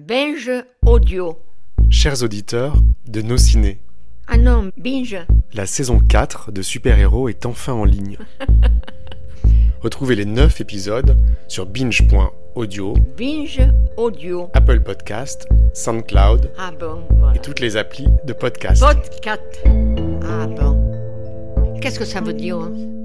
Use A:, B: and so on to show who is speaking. A: Binge audio.
B: Chers auditeurs de Nos Ciné,
A: Ah non, binge.
B: la saison 4 de Super-Héros est enfin en ligne. Retrouvez les 9 épisodes sur binge.audio,
A: Binge audio.
B: Apple Podcast, SoundCloud
A: Ah bon, voilà.
B: et toutes les applis de podcast.
A: Podcast. Ah bon. Qu'est-ce que ça veut dire hein